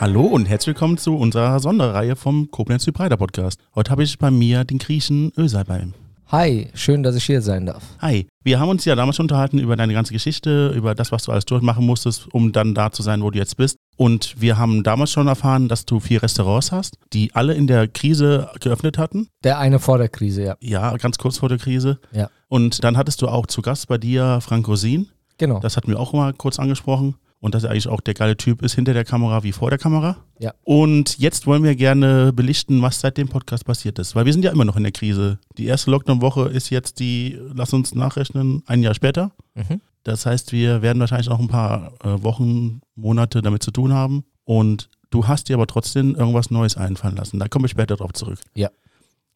Hallo und herzlich willkommen zu unserer Sonderreihe vom Koblenz Hybrider Podcast. Heute habe ich bei mir den Griechen Ösal bei mir. Hi, schön, dass ich hier sein darf. Hi, wir haben uns ja damals schon unterhalten über deine ganze Geschichte, über das, was du alles durchmachen musstest, um dann da zu sein, wo du jetzt bist. Und wir haben damals schon erfahren, dass du vier Restaurants hast, die alle in der Krise geöffnet hatten. Der eine vor der Krise, ja. Ja, ganz kurz vor der Krise. Ja. Und dann hattest du auch zu Gast bei dir Frank Rosin. Genau. Das hatten wir auch mal kurz angesprochen. Und dass er eigentlich auch der geile Typ ist hinter der Kamera wie vor der Kamera. Ja. Und jetzt wollen wir gerne belichten, was seit dem Podcast passiert ist. Weil wir sind ja immer noch in der Krise. Die erste Lockdown-Woche ist jetzt die, lass uns nachrechnen, ein Jahr später. Mhm. Das heißt, wir werden wahrscheinlich noch ein paar äh, Wochen, Monate damit zu tun haben. Und du hast dir aber trotzdem irgendwas Neues einfallen lassen. Da komme ich später drauf zurück. Ja.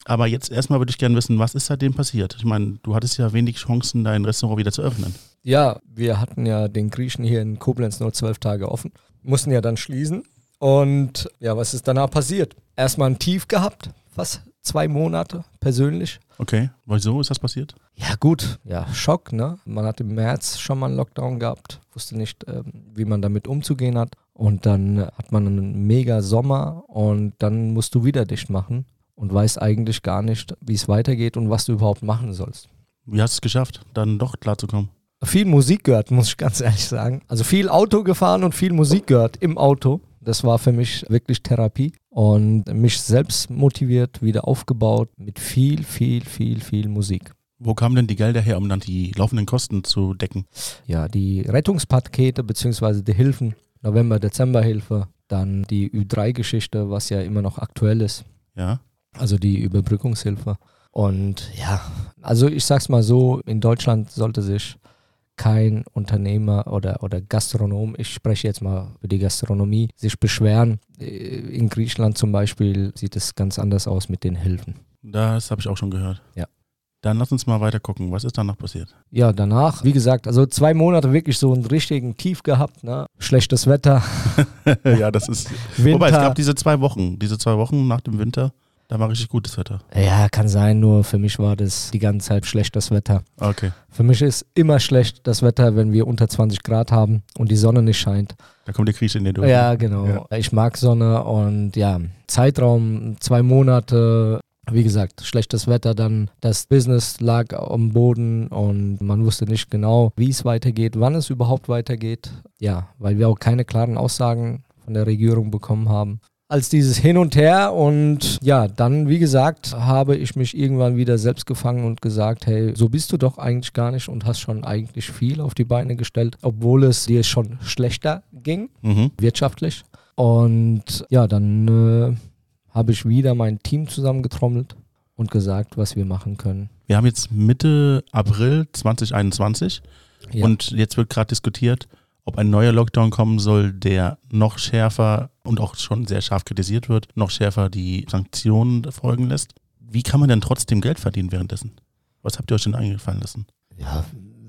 Aber jetzt erstmal würde ich gerne wissen, was ist seitdem passiert? Ich meine, du hattest ja wenig Chancen, dein Restaurant wieder zu öffnen. Ja, wir hatten ja den Griechen hier in Koblenz nur zwölf Tage offen, mussten ja dann schließen. Und ja, was ist danach passiert? Erstmal ein Tief gehabt, fast zwei Monate persönlich. Okay, wieso ist das passiert? Ja, gut. Ja, Schock, ne? Man hat im März schon mal einen Lockdown gehabt, wusste nicht, ähm, wie man damit umzugehen hat. Und dann äh, hat man einen mega Sommer und dann musst du wieder dicht machen und weißt eigentlich gar nicht, wie es weitergeht und was du überhaupt machen sollst. Wie hast du es geschafft, dann doch klarzukommen? Viel Musik gehört, muss ich ganz ehrlich sagen. Also viel Auto gefahren und viel Musik gehört im Auto. Das war für mich wirklich Therapie und mich selbst motiviert, wieder aufgebaut mit viel, viel, viel, viel Musik. Wo kamen denn die Gelder her, um dann die laufenden Kosten zu decken? ja, die Rettungspakete beziehungsweise die Hilfen, November, Dezemberhilfe, dann die Ü3-Geschichte, was ja immer noch aktuell ist, Ja, also die Überbrückungshilfe. Und ja, also ich sag's mal so, in Deutschland sollte sich kein Unternehmer oder, oder Gastronom, ich spreche jetzt mal über die Gastronomie, sich beschweren. Äh, In Griechenland zum Beispiel sieht es ganz anders aus mit den Hilfen. das habe ich auch schon gehört. Ja. Dann lass uns mal weiter gucken. Was ist danach passiert? Ja, danach, wie gesagt, also zwei Monate wirklich so einen richtigen Tief gehabt, ne? Schlechtes Wetter, ja, das ist. Winter. Wobei, es gab diese zwei Wochen. Diese zwei Wochen nach dem Winter, da war richtig gutes Wetter. Ja, kann sein, nur für mich war das die ganze Zeit schlecht das Wetter. Ah, Okay. Für mich ist immer schlecht das Wetter, wenn wir unter 20 Grad haben und die Sonne nicht scheint. Da kommt der Krieg in den Dorf. Ja, genau. Ich mag Sonne und ja, Zeitraum zwei Monate. Wie gesagt, schlechtes Wetter, dann das Business lag am Boden und man wusste nicht genau, wie es weitergeht, wann es überhaupt weitergeht. Ja, weil wir auch keine klaren Aussagen von der Regierung bekommen haben. Als dieses Hin und Her und ja, dann, wie gesagt, habe ich mich irgendwann wieder selbst gefangen und gesagt, hey, so bist du doch eigentlich gar nicht und hast schon eigentlich viel auf die Beine gestellt, obwohl es dir schon schlechter ging Mhm. wirtschaftlich. Und ja, dann äh, habe ich wieder mein Team zusammengetrommelt und gesagt, was wir machen können. Wir haben jetzt Mitte April 2021 Ja. und jetzt wird gerade diskutiert, ob ein neuer Lockdown kommen soll, der noch schärfer und auch schon sehr scharf kritisiert wird, noch schärfer die Sanktionen folgen lässt. Wie kann man denn trotzdem Geld verdienen währenddessen? Was habt ihr euch denn eingefallen lassen? ja,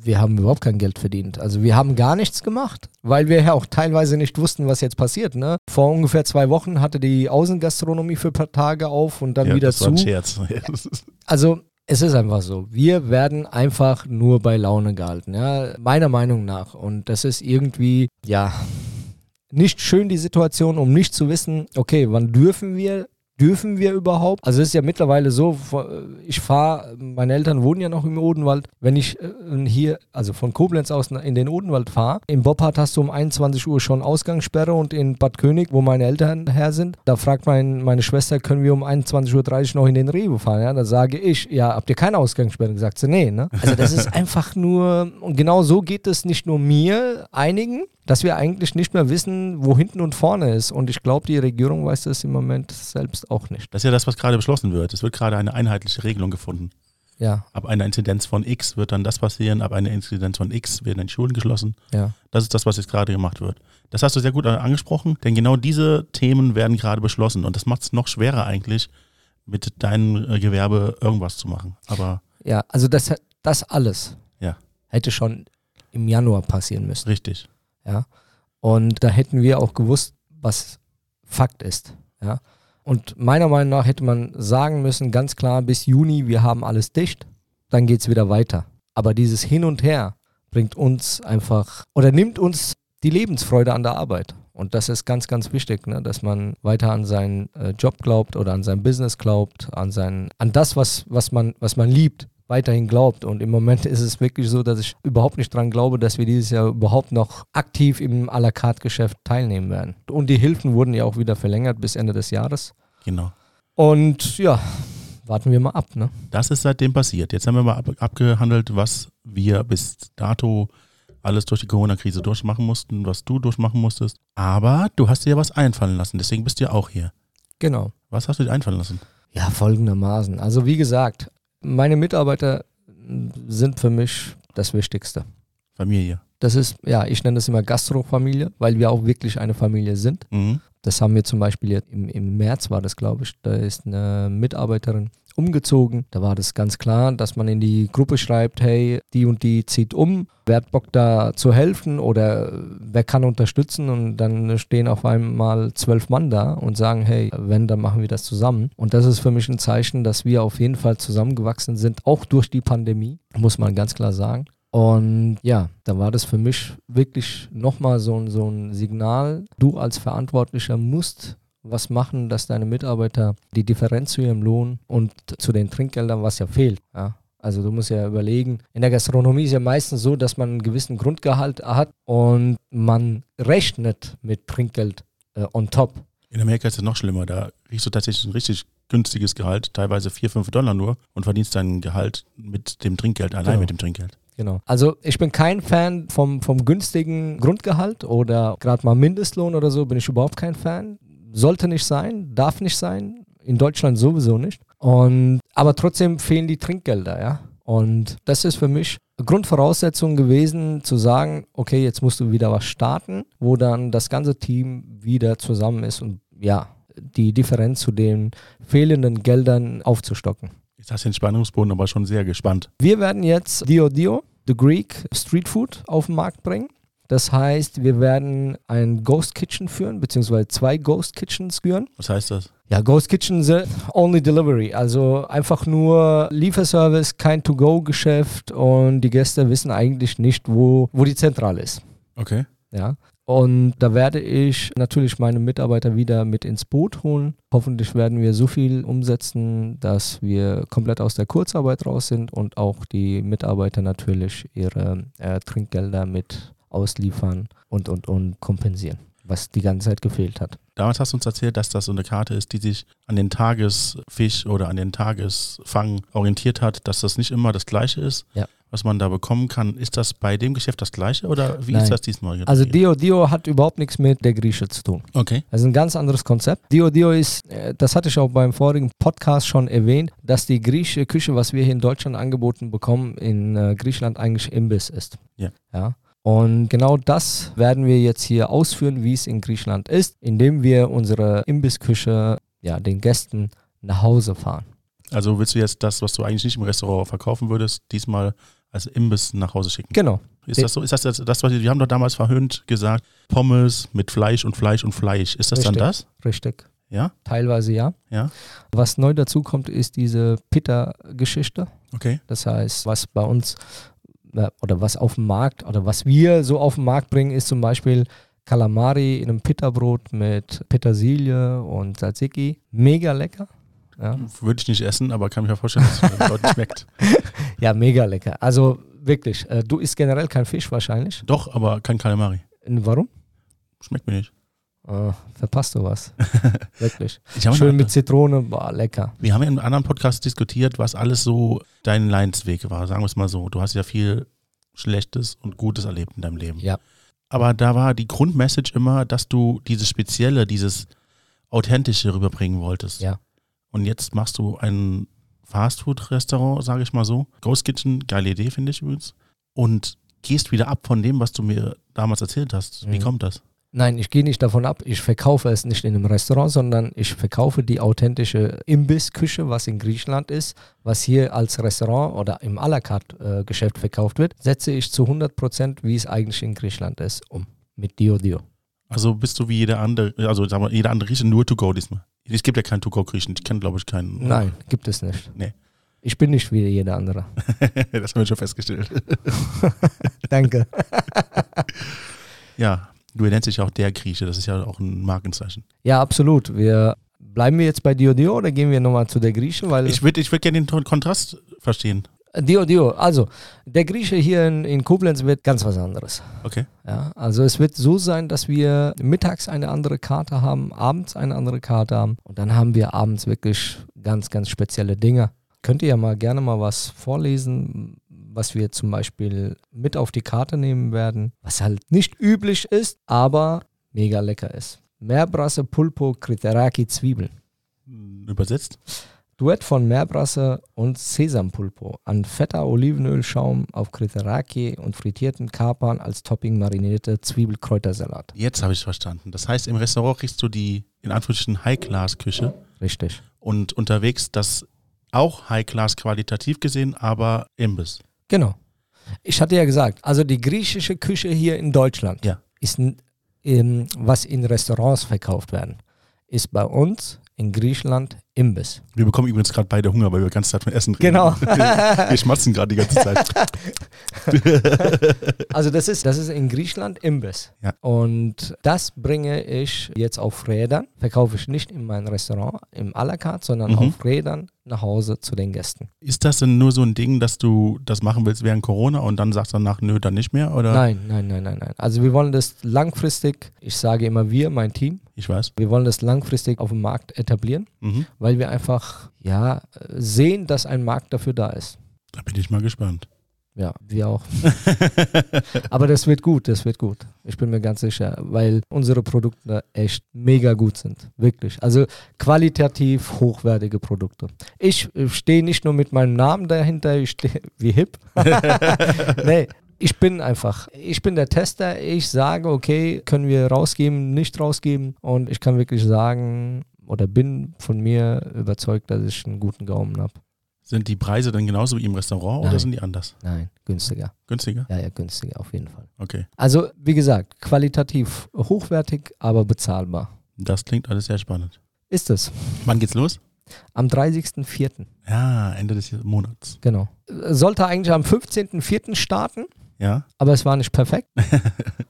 wir haben überhaupt kein Geld verdient. Also wir haben gar nichts gemacht, weil wir ja auch teilweise nicht wussten, was jetzt passiert. Ne? Vor ungefähr zwei Wochen hatte die Außengastronomie für ein paar Tage auf und dann ja, wieder das war zu. ein Scherz. Ja, das ist- Also es ist einfach so. Wir werden einfach nur bei Laune gehalten, ja, meiner Meinung nach. Und das ist irgendwie, ja, nicht schön die Situation, um nicht zu wissen, okay, wann dürfen wir, dürfen wir überhaupt? Also es ist ja mittlerweile so, vor- ich fahre, meine Eltern wohnen ja noch im Odenwald, wenn ich äh, hier, also von Koblenz aus na- in den Odenwald fahre, in Boppard hast du um 21 Uhr schon Ausgangssperre und in Bad König, wo meine Eltern her sind, da fragt mein, meine Schwester, können wir um 21.30 Uhr noch in den Rewe fahren? Ja, da sage ich, ja, habt ihr keine Ausgangssperre? Sagt sie, nee, ne? Also das ist einfach nur, und genau so geht es nicht nur mir, einigen, dass wir eigentlich nicht mehr wissen, wo hinten und vorne ist. Und ich glaube, die Regierung weiß das im Moment selbst auch nicht. das ist ja das, was gerade beschlossen wird. Es wird gerade eine einheitliche Regelung gefunden. Ja, Ab einer Inzidenz von X wird dann das passieren, ab einer Inzidenz von X werden dann die Schulen geschlossen. ja. Das ist das, was jetzt gerade gemacht wird. Das hast du sehr gut an- angesprochen, denn genau diese Themen werden gerade beschlossen und das macht es noch schwerer eigentlich, mit deinem äh, Gewerbe irgendwas zu machen. Aber Ja, also das, das alles Ja. hätte schon im Januar passieren müssen. richtig. Ja? Und da hätten wir auch gewusst, was Fakt ist. Ja? Und meiner Meinung nach hätte man sagen müssen, ganz klar, bis Juni, wir haben alles dicht, dann geht es wieder weiter. Aber dieses Hin und Her bringt uns einfach oder nimmt uns die Lebensfreude an der Arbeit. Und das ist ganz, ganz wichtig, ne? dass man weiter an seinen äh, Job glaubt oder an sein Business glaubt, an, sein, an das, was, was, man, was man liebt, weiterhin glaubt. Und im Moment ist es wirklich so, dass ich überhaupt nicht dran glaube, dass wir dieses Jahr überhaupt noch aktiv im à la carte Geschäft teilnehmen werden. Und die Hilfen wurden ja auch wieder verlängert bis Ende des Jahres. Genau. Und ja, warten wir mal ab. Ne? Das ist seitdem passiert. Jetzt haben wir mal ab, abgehandelt, was wir bis dato alles durch die Corona-Krise durchmachen mussten, was du durchmachen musstest. Aber du hast dir was einfallen lassen, deswegen bist du ja auch hier. Genau. Was hast du dir einfallen lassen? Ja, folgendermaßen. Also wie gesagt, meine Mitarbeiter sind für mich das Wichtigste. Familie. Das ist, ja, ich nenne das immer Gastrofamilie, weil wir auch wirklich eine Familie sind. Mhm. Das haben wir zum Beispiel jetzt im, im März war das, glaube ich, da ist eine Mitarbeiterin umgezogen. Da war das ganz klar, dass man in die Gruppe schreibt, hey, die und die zieht um, wer hat Bock da zu helfen oder äh, wer kann unterstützen und dann stehen auf einmal zwölf Mann da und sagen, hey, wenn, dann machen wir das zusammen. Und das ist für mich ein Zeichen, dass wir auf jeden Fall zusammengewachsen sind, auch durch die Pandemie, muss man ganz klar sagen. Und ja, da war das für mich wirklich nochmal so, ein- so ein Signal. Du als Verantwortlicher musst was machen, dass deine Mitarbeiter die Differenz zu ihrem Lohn und zu den Trinkgeldern, was ja fehlt. Ja? Also du musst ja überlegen, in der Gastronomie ist ja meistens so, dass man einen gewissen Grundgehalt hat und man rechnet mit Trinkgeld äh, on top. In Amerika ist es noch schlimmer. Da kriegst du tatsächlich ein richtig günstiges Gehalt, teilweise 4, 5 Dollar nur und verdienst dein Gehalt mit dem Trinkgeld, allein Genau. mit dem Trinkgeld. Genau. Also ich bin kein Fan vom, vom günstigen Grundgehalt oder gerade mal Mindestlohn oder so, bin ich überhaupt kein Fan. Sollte nicht sein, darf nicht sein, in Deutschland sowieso nicht. Und aber trotzdem fehlen die Trinkgelder, ja. Und das ist für mich Grundvoraussetzung gewesen, zu sagen, okay, jetzt musst du wieder was starten, wo dann das ganze Team wieder zusammen ist und ja, die Differenz zu den fehlenden Geldern aufzustocken. Jetzt hast du den Spannungsboden aber schon sehr gespannt. Wir werden jetzt Dio Dio, The Greek Street Food, auf den Markt bringen. Das heißt, wir werden ein Ghost Kitchen führen, beziehungsweise zwei Ghost Kitchens führen. Was heißt das? Ja, Ghost Kitchen sind only delivery, also einfach nur Lieferservice, kein To-Go-Geschäft und die Gäste wissen eigentlich nicht, wo, wo die Zentrale ist. Okay. Ja. Und da werde ich natürlich meine Mitarbeiter wieder mit ins Boot holen. Hoffentlich werden wir so viel umsetzen, dass wir komplett aus der Kurzarbeit raus sind und auch die Mitarbeiter natürlich ihre äh, Trinkgelder mit ausliefern und, und, und kompensieren, was die ganze Zeit gefehlt hat. Damals hast du uns erzählt, dass das so eine Karte ist, die sich an den Tagesfisch oder an den Tagesfang orientiert hat, dass das nicht immer das gleiche ist, Ja. was man da bekommen kann. Ist das bei dem Geschäft das gleiche oder wie Nein. ist das diesmal? Also Dio Dio hat überhaupt nichts mit der Grieche zu tun. Okay. Das ist ein ganz anderes Konzept. Dio Dio ist, äh, das hatte ich auch beim vorigen Podcast schon erwähnt, dass die griechische Küche, was wir hier in Deutschland angeboten bekommen, in äh, Griechenland eigentlich Imbiss ist. Ja. ja. Und genau das werden wir jetzt hier ausführen, wie es in Griechenland ist, indem wir unsere Imbissküche ja, den Gästen nach Hause fahren. Also willst du jetzt das, was du eigentlich nicht im Restaurant verkaufen würdest, diesmal als Imbiss nach Hause schicken? Genau. Ist das so? Ist das das, das was wir, wir haben doch damals verhöhnt gesagt, Pommes mit Fleisch und Fleisch und Fleisch. Ist das Richtig. dann das? Richtig. Ja? Teilweise ja. Ja. Was neu dazu kommt, ist diese Pitta-Geschichte. Okay. Das heißt, was bei uns äh, oder was auf dem Markt oder was wir so auf den Markt bringen, ist zum Beispiel Kalamari in einem Pita-Brot mit Petersilie und Tzatziki. Mega lecker. Ja, Würde ich nicht essen, aber kann mich ja vorstellen, dass es Leuten schmeckt. ja mega lecker. Also wirklich, äh, du isst generell kein Fisch wahrscheinlich. Doch, aber kein Kalamari. Warum? Schmeckt mir nicht. Äh, verpasst du was. wirklich. Ich habe Schön mit Zitrone, boah, lecker. Wir haben ja in einem anderen Podcast diskutiert, was alles so dein Leinsweg war. Sagen wir es mal so. Du hast ja viel Schlechtes und Gutes erlebt in deinem Leben. Ja. Aber da war die Grundmessage immer, dass du dieses Spezielle, dieses Authentische rüberbringen wolltest. Ja. Und jetzt machst du ein Fastfood-Restaurant, sage ich mal so. Ghost Kitchen, geile Idee, finde ich übrigens. Und gehst wieder ab von dem, was du mir damals erzählt hast. Wie Mhm. kommt das? Nein, ich gehe nicht davon ab, ich verkaufe es nicht in einem Restaurant, sondern ich verkaufe die authentische Imbissküche, was in Griechenland ist, was hier als Restaurant oder im à la carte äh, Geschäft verkauft wird, setze ich zu 100%, wie es eigentlich in Griechenland ist, um. Mit Dio Dio. Also bist du wie jeder andere, also sagen wir, jeder andere Griechen nur to go diesmal. Es gibt ja keinen to go Griechen. Ich kenne, glaube ich, keinen. Nein, gibt es nicht. Nee. Ich bin nicht wie jeder andere. das haben wir schon festgestellt. Danke. Ja, Du nennst dich ja auch der Grieche, das ist ja auch ein Markenzeichen. Ja, absolut. Wir bleiben wir jetzt bei Dio Dio oder gehen wir nochmal zu der Griechen? Weil Ich würde ich würd gerne den Ton- Kontrast verstehen. Dio Dio, also der Grieche hier in, in Koblenz wird ganz was anderes. Okay. Ja, also es wird so sein, dass wir mittags eine andere Karte haben, abends eine andere Karte haben und dann haben wir abends wirklich ganz, ganz spezielle Dinge. Könnt ihr ja mal gerne mal was vorlesen, was wir zum Beispiel mit auf die Karte nehmen werden, was halt nicht üblich ist, aber mega lecker ist. Meerbrasse, Pulpo, Kriteraki, Zwiebeln. Hm, Übersetzt? Duett von Meerbrasse und Sesampulpo an fetter Olivenölschaum auf Kriteraki und frittierten Kapern als Topping marinierte Zwiebelkräutersalat. Jetzt habe ich es verstanden. Das heißt, im Restaurant kriegst du die, in Anführungsstrichen, High-Class-Küche Richtig. und unterwegs das auch High-Class qualitativ gesehen, aber Imbiss. Genau. Ich hatte ja gesagt, also die griechische Küche hier in Deutschland Ja. ist, n- ähm, was in Restaurants verkauft werden, ist bei uns in Griechenland Imbiss. Wir bekommen übrigens gerade beide Hunger, weil wir die ganze Zeit von Essen reden. Genau. Wir schmatzen gerade die ganze Zeit. Also das ist, das ist in Griechenland Imbiss. Ja. Und das bringe ich jetzt auf Rädern, verkaufe ich nicht in mein Restaurant, im à la carte, sondern Mhm. auf Rädern nach Hause zu den Gästen. Ist das denn nur so ein Ding, dass du das machen willst während Corona und dann sagst danach, nö, dann nicht mehr? Oder? Nein, nein, nein, nein, nein. Also wir wollen das langfristig, ich sage immer wir, mein Team, Ich weiß. wir wollen das langfristig auf dem Markt etablieren, Mhm. weil wir einfach ja, sehen, dass ein Markt dafür da ist. Da bin ich mal gespannt. Ja, wir auch. Aber das wird gut, das wird gut. Ich bin mir ganz sicher, weil unsere Produkte echt mega gut sind. Wirklich. Also qualitativ hochwertige Produkte. Ich äh, stehe nicht nur mit meinem Namen dahinter, ich stehe wie hip. nee. Ich bin einfach, ich bin der Tester. Ich sage, okay, können wir rausgeben, nicht rausgeben. Und ich kann wirklich sagen oder bin von mir überzeugt, dass ich einen guten Gaumen habe. Sind die Preise dann genauso wie im Restaurant oder Nein. sind die anders? Nein, günstiger. Günstiger? Ja, ja, günstiger auf jeden Fall. Okay. Also, wie gesagt, qualitativ hochwertig, aber bezahlbar. Das klingt alles sehr spannend. Ist es. Wann geht's los? Am 30.04. Ja, Ende des Monats. Genau. Sollte eigentlich am 15.04. starten, Ja? aber es war nicht perfekt.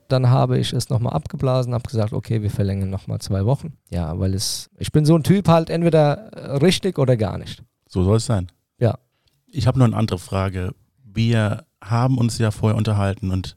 Dann habe ich es nochmal abgeblasen, habe gesagt, okay, wir verlängern nochmal zwei Wochen. Ja, weil es, ich bin so ein Typ halt, entweder äh, richtig oder gar nicht. So soll es sein. Ja. Ich habe noch eine andere Frage. Wir haben uns ja vorher unterhalten und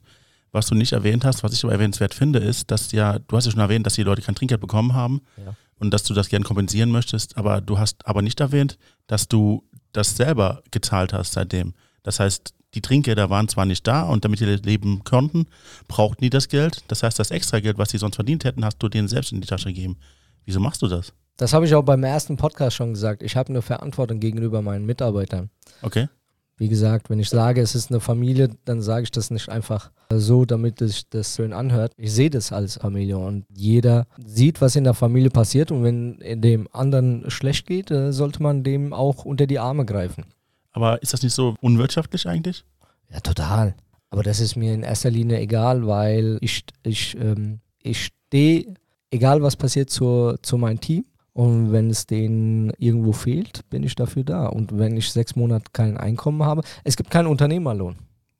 was du nicht erwähnt hast, was ich aber erwähnenswert finde, ist, dass ja, du hast ja schon erwähnt, dass die Leute kein Trinkgeld bekommen haben Ja. und dass du das gern kompensieren möchtest, aber du hast aber nicht erwähnt, dass du das selber gezahlt hast seitdem. Das heißt, die Trinkgelder waren zwar nicht da und damit die leben konnten, brauchten die das Geld. Das heißt, das Extrageld, was sie sonst verdient hätten, hast du denen selbst in die Tasche gegeben. Wieso machst du das? Das habe ich auch beim ersten Podcast schon gesagt. Ich habe eine Verantwortung gegenüber meinen Mitarbeitern. Okay? Wie gesagt, wenn ich sage, es ist eine Familie, dann sage ich das nicht einfach so, damit sich das schön anhört. Ich sehe das als Familie und jeder sieht, was in der Familie passiert und wenn dem anderen schlecht geht, äh, sollte man dem auch unter die Arme greifen. Aber ist das nicht so unwirtschaftlich eigentlich? Ja, total. Aber das ist mir in erster Linie egal, weil ich, ich, ähm, ich stehe, egal was passiert, zu, zu meinem Team. Und wenn es denen irgendwo fehlt, bin ich dafür da. Und wenn ich sechs Monate kein Einkommen habe, es gibt keinen Unternehmerlohn.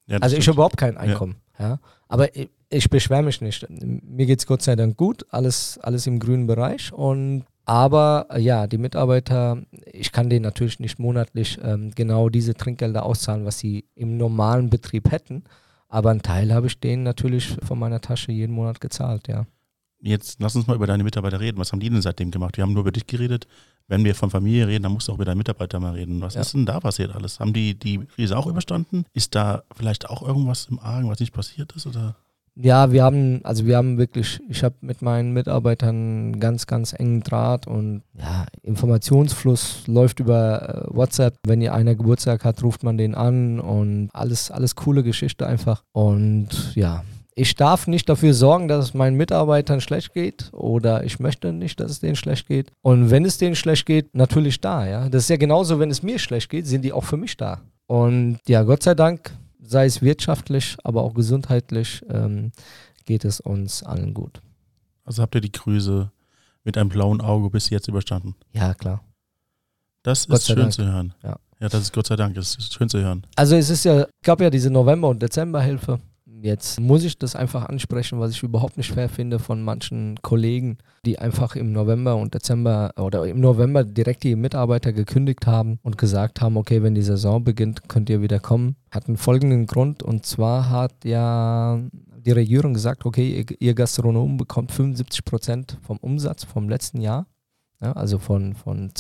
Ja, das Also ich stimmt. habe überhaupt kein Einkommen. Ja. Aber ich, ich beschwere mich nicht. Mir geht es Gott sei Dank gut, alles, alles im grünen Bereich. Und aber äh, ja, die Mitarbeiter, ich kann denen natürlich nicht monatlich ähm, genau diese Trinkgelder auszahlen, was sie im normalen Betrieb hätten. Aber einen Teil habe ich denen natürlich von meiner Tasche jeden Monat gezahlt, ja. Jetzt lass uns mal über deine Mitarbeiter reden. Was haben die denn seitdem gemacht? Wir haben nur über dich geredet. Wenn wir von Familie reden, dann musst du auch über deine Mitarbeiter mal reden. Was Ja. ist denn da passiert alles? Haben die die Krise auch überstanden? Ist da vielleicht auch irgendwas im Argen, was nicht passiert ist? Oder? Ja, wir haben, also wir haben wirklich, ich habe mit meinen Mitarbeitern einen ganz, ganz engen Draht und ja, Informationsfluss läuft über äh, WhatsApp. Wenn ihr einer Geburtstag hat, ruft man den an und alles, alles coole Geschichte einfach. Und ja, ich darf nicht dafür sorgen, dass es meinen Mitarbeitern schlecht geht oder ich möchte nicht, dass es denen schlecht geht. Und wenn es denen schlecht geht, natürlich da, ja. Das ist ja genauso, wenn es mir schlecht geht, sind die auch für mich da. Und ja, Gott sei Dank, sei es wirtschaftlich, aber auch gesundheitlich, ähm, geht es uns allen gut. Also habt ihr die Krise mit einem blauen Auge bis jetzt überstanden? Ja, klar. Das Gott ist sei schön Dank. zu hören. Ja. ja, das ist Gott sei Dank. Das ist schön zu hören. Also es ist ja, gab ja diese November- und Dezemberhilfe. Jetzt muss ich das einfach ansprechen, was ich überhaupt nicht fair finde von manchen Kollegen, die einfach im November und Dezember oder im November direkt die Mitarbeiter gekündigt haben und gesagt haben, okay, wenn die Saison beginnt, könnt ihr wieder kommen. Hat einen folgenden Grund und zwar hat ja die Regierung gesagt, okay, ihr, ihr Gastronom bekommt 75 Prozent vom Umsatz vom letzten Jahr, ja, also von, von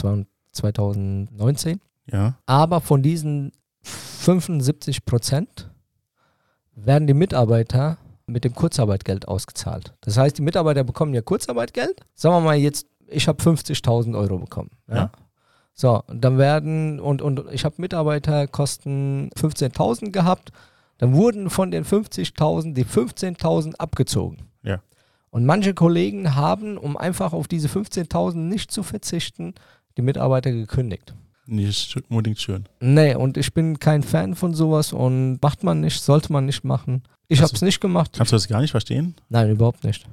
2019. Ja. Aber von diesen 75 Prozent werden die Mitarbeiter mit dem Kurzarbeitgeld ausgezahlt. Das heißt, die Mitarbeiter bekommen ja Kurzarbeitgeld. Sagen wir mal jetzt, ich habe 50.000 Euro bekommen. Ja? Ja. So, dann werden, und, und ich habe Mitarbeiterkosten 15.000 gehabt. Dann wurden von den 50.000 die 15.000 abgezogen. Ja. Und manche Kollegen haben, um einfach auf diese 15.000 nicht zu verzichten, die Mitarbeiter gekündigt. Nicht unbedingt schön. Nee, und ich bin kein Fan von sowas und macht man nicht, sollte man nicht machen. Ich Also- hab's nicht gemacht. Kannst du das gar nicht verstehen? Nein, überhaupt nicht.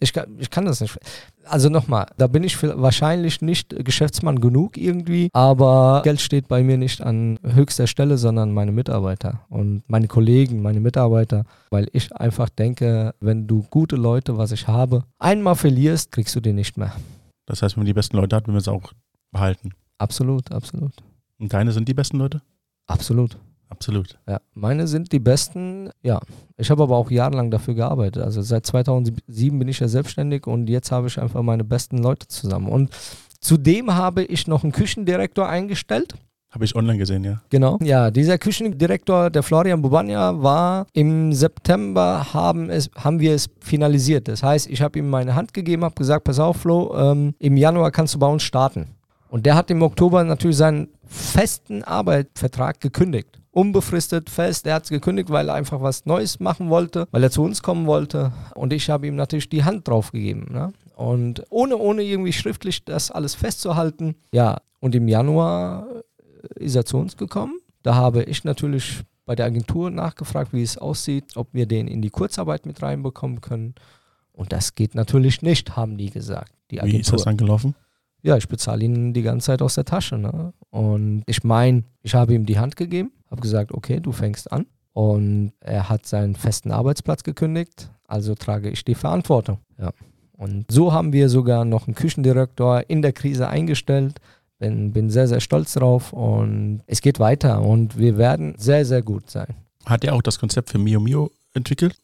Ich kann, ich kann das nicht. Also nochmal, da bin ich viel- wahrscheinlich nicht Geschäftsmann genug irgendwie, aber Geld steht bei mir nicht an höchster Stelle, sondern meine Mitarbeiter und meine Kollegen, meine Mitarbeiter, weil ich einfach denke, wenn du gute Leute, was ich habe, einmal verlierst, kriegst du die nicht mehr. Das heißt, wenn man die besten Leute hat, will man sie auch behalten. Absolut, absolut, Und deine sind die besten Leute? absolut. Absolut. Ja, meine sind die besten. Ja, ich habe aber auch jahrelang dafür gearbeitet. Also seit 2007 bin ich ja selbstständig und jetzt habe ich einfach meine besten Leute zusammen. Und zudem habe ich noch einen Küchendirektor eingestellt. Habe ich online gesehen, ja. Genau. Ja, dieser Küchendirektor, der Florian Bubania, war im September, haben, es, haben wir es finalisiert. Das heißt, ich habe ihm meine Hand gegeben, habe gesagt, pass auf, Flo, ähm, im Januar kannst du bei uns starten. Und der hat im Oktober natürlich seinen festen Arbeitsvertrag gekündigt. Unbefristet, fest. Er hat es gekündigt, weil er einfach was Neues machen wollte, weil er zu uns kommen wollte. Und ich habe ihm natürlich die Hand drauf gegeben. Ne? Und ohne, ohne irgendwie schriftlich das alles festzuhalten. Ja, und im Januar äh, ist er zu uns gekommen. Da habe ich natürlich bei der Agentur nachgefragt, wie es aussieht, ob wir den in die Kurzarbeit mit reinbekommen können. Und das geht natürlich nicht, haben die gesagt. Die Wie ist das dann gelaufen? ja, ich bezahle ihn die ganze Zeit aus der Tasche. Ne? Und ich meine, ich habe ihm die Hand gegeben, habe gesagt, okay, du fängst an. Und er hat seinen festen Arbeitsplatz gekündigt, also trage ich die Verantwortung. Ja. Und so haben wir sogar noch einen Küchendirektor in der Krise eingestellt. Bin, bin sehr, sehr stolz drauf und es geht weiter und wir werden sehr, sehr gut sein. Hat er auch das Konzept für Mio Mio entwickelt?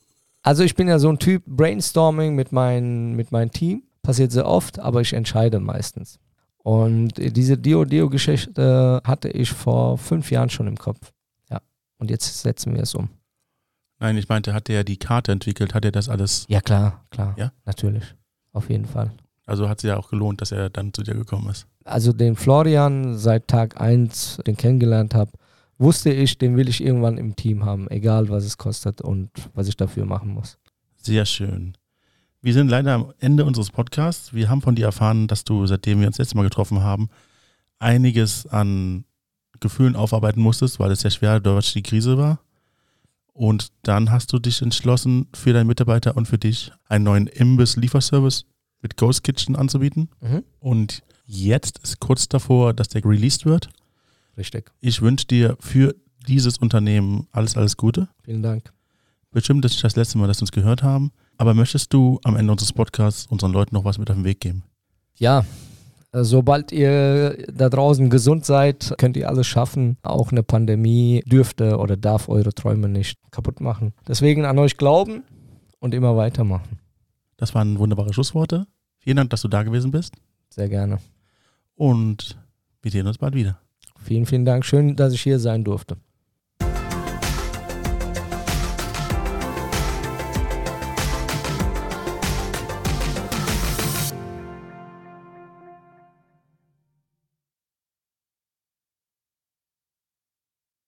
Also ich bin ja so ein Typ, Brainstorming mit, mein, mit meinem Team passiert sehr oft, aber ich entscheide meistens. Und diese Dio-Dio-Geschichte hatte ich vor fünf Jahren schon im Kopf. Ja. Und jetzt setzen wir es um. Nein, ich meinte, hat er die Karte entwickelt? Hat er das alles? Ja, klar, klar. Ja? Natürlich. Auf jeden Fall. Also hat es ja auch gelohnt, dass er dann zu dir gekommen ist. Also den Florian seit Tag 1, den kennengelernt habe, wusste ich, den will ich irgendwann im Team haben, egal was es kostet und was ich dafür machen muss. Sehr schön. Wir sind leider am Ende unseres Podcasts. Wir haben von dir erfahren, dass du, seitdem wir uns letztes Mal getroffen haben, einiges an Gefühlen aufarbeiten musstest, weil es sehr schwer durch die Krise war. Und dann hast du dich entschlossen, für deine Mitarbeiter und für dich einen neuen Imbiss-Lieferservice mit Ghost Kitchen anzubieten. Mhm. Und jetzt ist kurz davor, dass der released wird. Richtig. Ich wünsche dir für dieses Unternehmen alles, alles Gute. Vielen Dank. Bestimmt ist das letzte Mal, dass wir uns gehört haben. Aber möchtest du am Ende unseres Podcasts unseren Leuten noch was mit auf den Weg geben? Ja, äh, sobald ihr da draußen gesund seid, könnt ihr alles schaffen. Auch eine Pandemie dürfte oder darf eure Träume nicht kaputt machen. Deswegen an euch glauben und immer weitermachen. Das waren wunderbare Schlussworte. Vielen Dank, dass du da gewesen bist. Sehr gerne. Und wir sehen uns bald wieder. Vielen, vielen Dank. Schön, dass ich hier sein durfte.